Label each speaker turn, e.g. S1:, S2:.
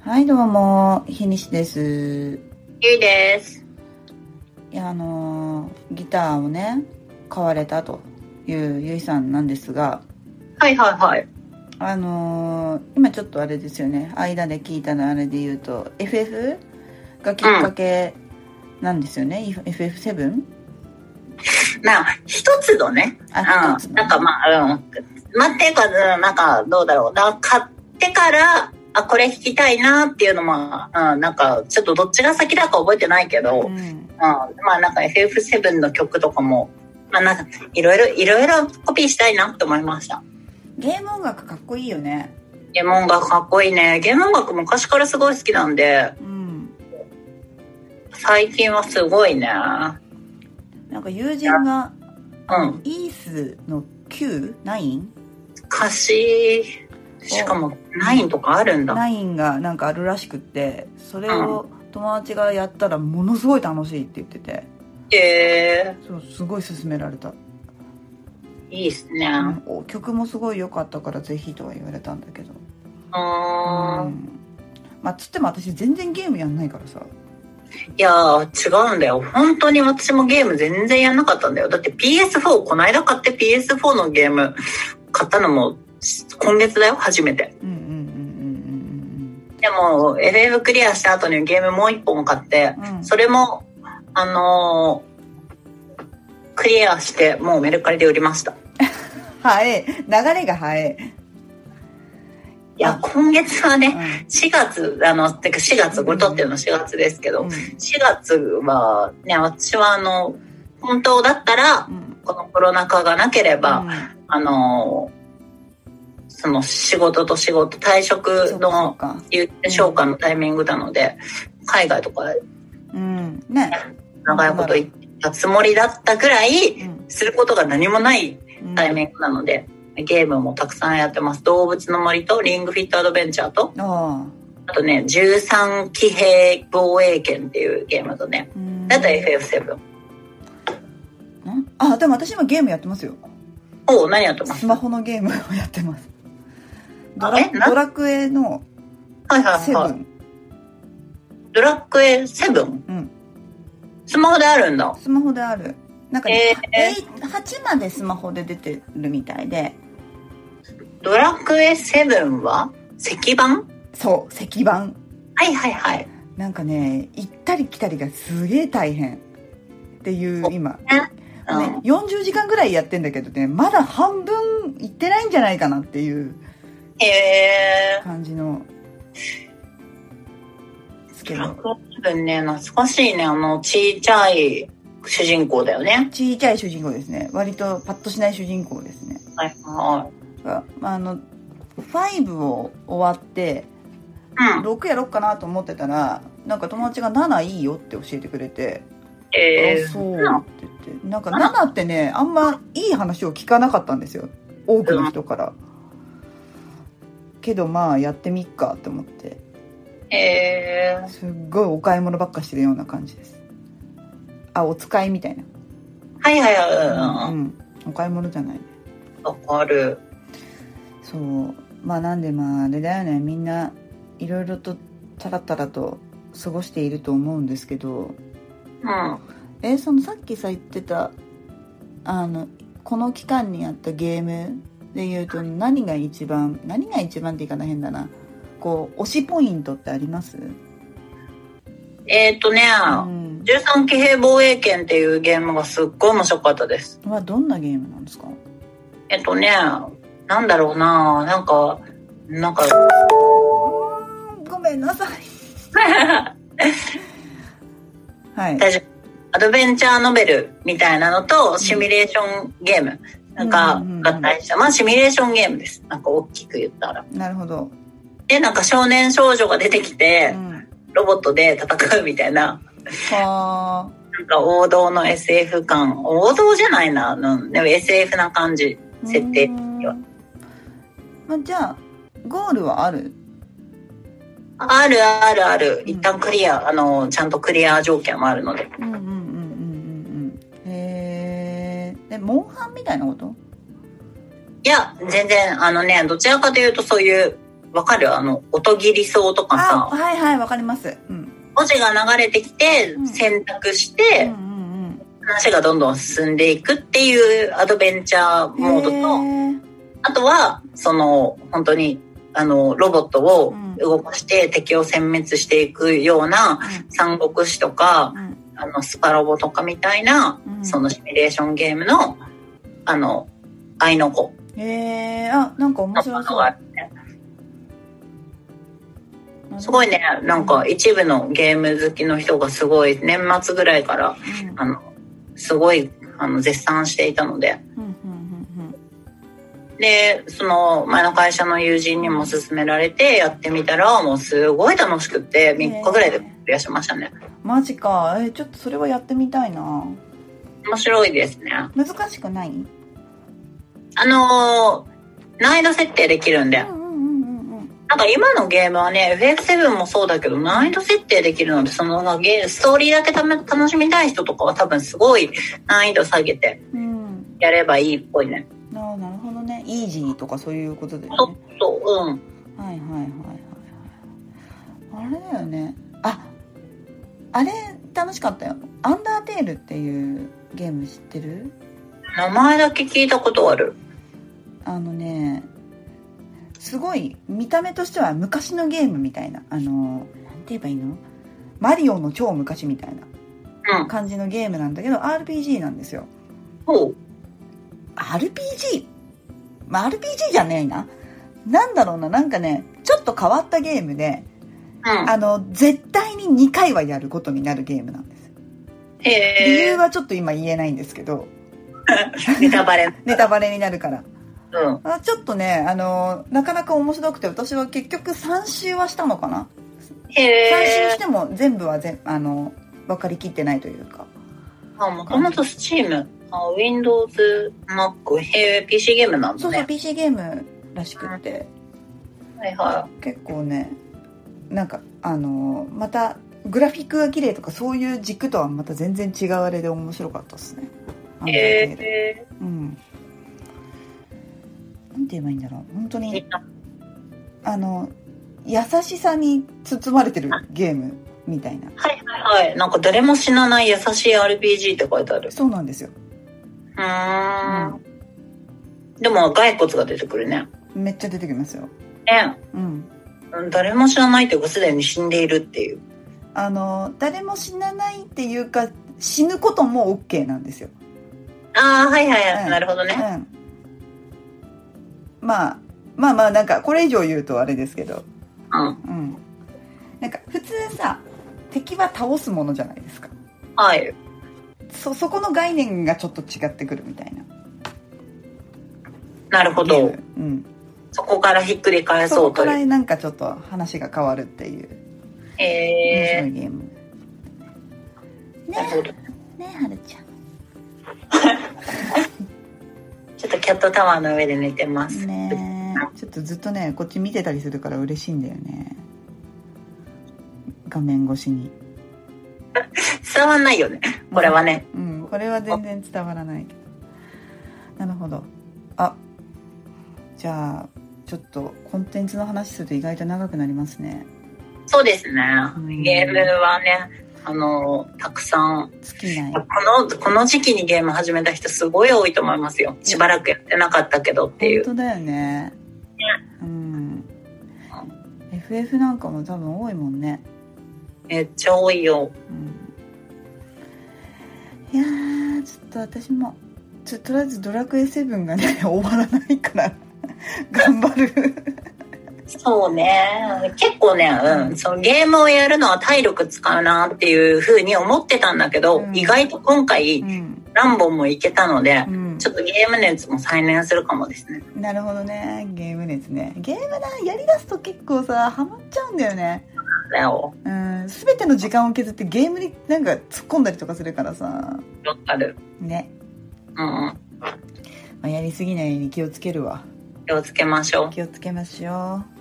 S1: はい、どうも、ひにしです。
S2: ゆいです。
S1: いや、あのーギターをね、買われたというゆいさんなんですが、
S2: はいはいはい。
S1: あのー今ちょっとあれですよね、間で聞いたのあれで言うと、FF がきっかけなんですよね、FF7?
S2: まあ、一つのね、
S1: あ、一つ
S2: うん、な
S1: の
S2: んかまあ、うん、まあ、っていうか、うんなんかどうだろう。だ買ってから、あ、これ弾きたいなっていうのも、うん、なんか、ちょっとどっちが先だか覚えてないけど、うん、
S1: うん
S2: まあなんか FF7 の曲とかも、まあなんか、いろいろ、いろいろコピーしたいなって思いました。
S1: ゲーム音楽かっこいいよね。
S2: ゲーム音楽かっこいいね。ゲーム音楽昔からすごい好きなんで、
S1: うん。
S2: 最近はすごいね。
S1: なんか友人が、
S2: うん。
S1: イースの 9?9?
S2: 歌詞、しかも9とかあるんだ。
S1: ナインがなんかあるらしくってそれを友達がやったらものすごい楽しいって言ってて
S2: え
S1: そうすごい勧められた、
S2: ー、いいっすね。
S1: う
S2: うん
S1: お曲もすごい良かったからぜひとは言われたんだけど
S2: ー。
S1: うんんまあつっても私全然ゲームやんないからさ
S2: いやー、違うんだよ。本当に私もゲーム全然やんなかったんだよ。だって PS4、こないだ買って PS4 のゲーム買ったのも今月だよ、初めて。
S1: うんうんうんうん
S2: でも、FF クリアした後にゲームもう一本買って
S1: うんう、んうん
S2: それも、あのークリアして、もうメルカリで売りました。
S1: 早え流れが早え、
S2: いや、今月は
S1: う
S2: ね、
S1: ん
S2: 4月、あの、てか4月、これ撮ってるの4月ですけど、
S1: うん
S2: 4月はね私はあの本当だったら
S1: うん
S2: このコロナ禍がなければ、
S1: うん
S2: あのその仕事と仕事退
S1: そ
S2: 職
S1: うかそう
S2: の
S1: か
S2: 言って消化のタイミングなので、海外とか
S1: うんね
S2: 長いこと行ったつもりだったぐらい
S1: うん
S2: することが何もない
S1: うん
S2: タイミングなので、ゲームもたくさんやってます動物の森とリングフィットアドベンチャーと
S1: あ
S2: あとね13騎兵防衛圏っていうゲームとね
S1: あうん
S2: だと FF7
S1: うんあでも私今ゲームやってますよ
S2: おお何やってます
S1: スマホのゲームをやってます。ド
S2: えな
S1: ラドラクエの
S2: はいはい
S1: セブ
S2: はい
S1: ン、
S2: ドラクエ7
S1: うん、
S2: スマホであるんだ。
S1: スマホである。なんか、
S2: え
S1: ね
S2: ー
S1: えい8までスマホで出てるみたいで、
S2: ドラクエ7は石版
S1: そう、石板。
S2: はいはいはい。
S1: なんかね、行ったり来たりがすげえ大変っていう今、ね、
S2: うん
S1: 40時間ぐらいやってんだけどね、まだ半分行ってないんじゃないかなっていう
S2: へえ。
S1: 感じの。ですけ
S2: ドラ
S1: ど、
S2: クエ7ね、懐かしいね。あの、ちっちゃい主人公だよね。
S1: ちいちゃい主人公ですね。割とパッとしない主人公ですね。
S2: はいは
S1: がまあ、あの5を終わって
S2: い。うん。
S1: 6やろうかなと思ってたらなんか友達が7いいよって教えてくれて「あ
S2: えー、
S1: そう」
S2: うん
S1: って言ってなんか7ってねあんまいい話を聞かなかったんですよ多くの人から。けどまあやってみっかと思って
S2: え
S1: すっごいお買い物ばっかしてるような感じですあお使いみたい
S2: ー、はいはい
S1: な
S2: は
S1: う
S2: い。うん
S1: んお買い物じゃない
S2: わかる。
S1: そうまあなんでまああれだよねみんないろいろとタラタラと過ごしていると思うんですけど
S2: うん。は
S1: えそのさっきさ言ってたあのこの期間にやったゲームで言うと何が一番何が一番って言い方変だなこう推しポイントってあります
S2: いえー、っとね、
S1: うん
S2: 13騎兵防衛圏っていうゲームがすっごい面白かったです。
S1: はどんなゲームなんですか
S2: えっとね、なんだろうな、なんか、なんか、
S1: ごめんなさいはい
S2: 大丈夫。アドベンチャーノベルみたいなのと、シミュレーションゲーム。なんか
S1: うんうんうん、
S2: 合体した。まあ、シミュレーションゲームです。なんか、大きく言ったら。
S1: なるほど、
S2: で、なんか、少年少女が出てき
S1: う
S2: て、
S1: ん、は
S2: ロボットで戦うみたいな、
S1: あ
S2: なんか、王道の SF 感。王道じゃないな、うん。でも SF な感じ。設定的には
S1: うーんまあ、じゃあゴールはある
S2: あるあるある。
S1: うん
S2: 一旦クリア、あの、ちゃんとクリア条件もあるので。
S1: うんうんうんうんうんうんへえでモンハンみたいなこと
S2: いや、全然、あのね、どちらかというとそういう、わかるあの、音切りそうとか
S1: あ
S2: さ、
S1: はいはいわかりますうん
S2: 文字が流れてきて
S1: うん、
S2: 選択し
S1: う
S2: て
S1: ん、うん
S2: 話がどんどん進んでいくっていうアドベンチャー
S1: うん
S2: モードと、
S1: へー
S2: あとは、その、本当に、あの、ロボットを動かして敵を殲滅していくような、三国志とか、
S1: うん
S2: あの、スパロボとかみたいな、
S1: うんうん
S2: そのシミュレーションゲームの、あの、愛の子
S1: へえあなんか面
S2: の
S1: 白
S2: も
S1: そ
S2: の
S1: う
S2: があって、すごいね、なんか一部のゲーム好きの人がすごい、年末ぐらいから、
S1: うん
S2: あの、すごい、あの、絶賛していたので、
S1: うんうん
S2: で、その前の会社の友人にも勧められてやってみたら、もうすごい楽しくって、3日ぐらいでクリアしましたね。
S1: うんマジかえーちょっとそれはやってみたいな
S2: 面白いですね。
S1: 難しくないうん
S2: あのー難易度設定できるんで。
S1: うんうんうんうん
S2: なんか今のゲームはね、FF7 もそうだけど、難易度設定できるので、そのなんかゲーストーリーだけため楽しみたい人とかは多分すごい難易度下げて
S1: うん
S2: やればいいっぽいね。
S1: ああなるほどねイージーとかそういうことだよね
S2: そう、そう、うん。
S1: はいはいはいはいはいあれだよねああれ楽しかったよ「アンダーテール」っていうゲーム知ってる
S2: 名前だけ聞いたことある。
S1: あのねすごい見た目としては昔のゲームみたいなあのなんて言えばいいのマリオの超昔みたいな
S2: うん
S1: 感じのゲームなんだけど RPG なんですよ
S2: そう。
S1: RPG? まあ RPG じゃねえななんだろうななんかねちょっと変わったゲームで
S2: うん。
S1: あの絶対に2回はやることになるゲームなんです
S2: へ
S1: 理由
S2: え。
S1: はちょっと今言えないんですけど
S2: ネタバレ。
S1: ネタバレになるから
S2: うん。
S1: あちょっとねあのなかなか面白くて私は結局3周はしたのかな
S2: へ
S1: 3周し
S2: え。
S1: ても全部はぜあの分かりきってないというか
S2: あ、もともと Steam、あ Windows、Mac、へえ、PC ゲームなんだ
S1: そうそう
S2: ね。
S1: PC ゲームらしくって
S2: はいは
S1: 結構ねなんかあのまたグラフィックが綺麗とかそういう軸とはまた全然違うあれで面白かったですねあの
S2: い。へえ。
S1: うんなんて言えばいいんだろう本当
S2: み
S1: に
S2: んな
S1: あの優しさに包まれてるゲームみたいな
S2: はいはいはい。なんか誰も死なない優しい RPG って書いてある。
S1: そうなんですよ、
S2: うーん。でも骸骨が出てくるね。
S1: うん、めっちゃ出てきますよ
S2: ね。
S1: うん
S2: うん誰も死なないっていうかすでに死んでいるっていう。
S1: あの誰も死なないっていうか死ぬことも OK なんですよ、
S2: ああ、はいはいは
S1: うん
S2: い。なるほど
S1: う
S2: ね。
S1: ん、まあまあまあなんかこれ以上言うとあれですけど
S2: うん。
S1: うんなんか普通さ敵は倒すものじゃないですか
S2: はい。
S1: そそこの概念がちょっと違ってくるみたいな
S2: なるほど。
S1: うん、
S2: そこからひっくり返
S1: そ
S2: そ
S1: こ
S2: うと
S1: か
S2: い
S1: ら
S2: う。
S1: なんかちょっと話が変わるっていう
S2: へ
S1: 面白
S2: え。
S1: いゲーム、
S2: なるほど。
S1: ねはるちゃん
S2: ちょっとキャットタワーの上で寝てます。
S1: ねちょっとずっとねこっち見てたりするから嬉しいんだよね画面越しに
S2: 伝わんないよね。これはね。
S1: うんこれは全然伝わらないけどなるほどあじゃあちょっとコンテンツの話すると意外と長くなりますね
S2: そうですね
S1: うん。
S2: ゲームはね、あの、たくさん
S1: 尽きない
S2: この、この時期にゲーム始めた人すごい多いと思いますよ。しばらくやってなかったけどってい
S1: 本
S2: う。
S1: 当だよねうん、FF なんかも多分多いもんね、
S2: めっちゃ多いよ。
S1: うん、いやーちょっと私もちょとりあえず「ドラクエ7」がね 終わらないから 頑張る
S2: そうね。結構ね、
S1: う
S2: うんん。そのゲームをやるのは体力使うなっていうふうに思ってたんだけど、
S1: うん
S2: 意外と今回
S1: ん、
S2: 何本もいけたので
S1: う、ん
S2: ちょっとゲーム熱も再燃するかもですね。
S1: なるほどねゲーム熱ねゲームなやりだすと結構さハマっちゃうんだよね
S2: だよ。
S1: うん全ての時間を削ってゲームになんか突っ込んだりとかするからさ
S2: わかる。
S1: ね、
S2: うん。
S1: まあやりすぎないように気をつけるわ
S2: 気をつけましょう。
S1: 気をつけましょう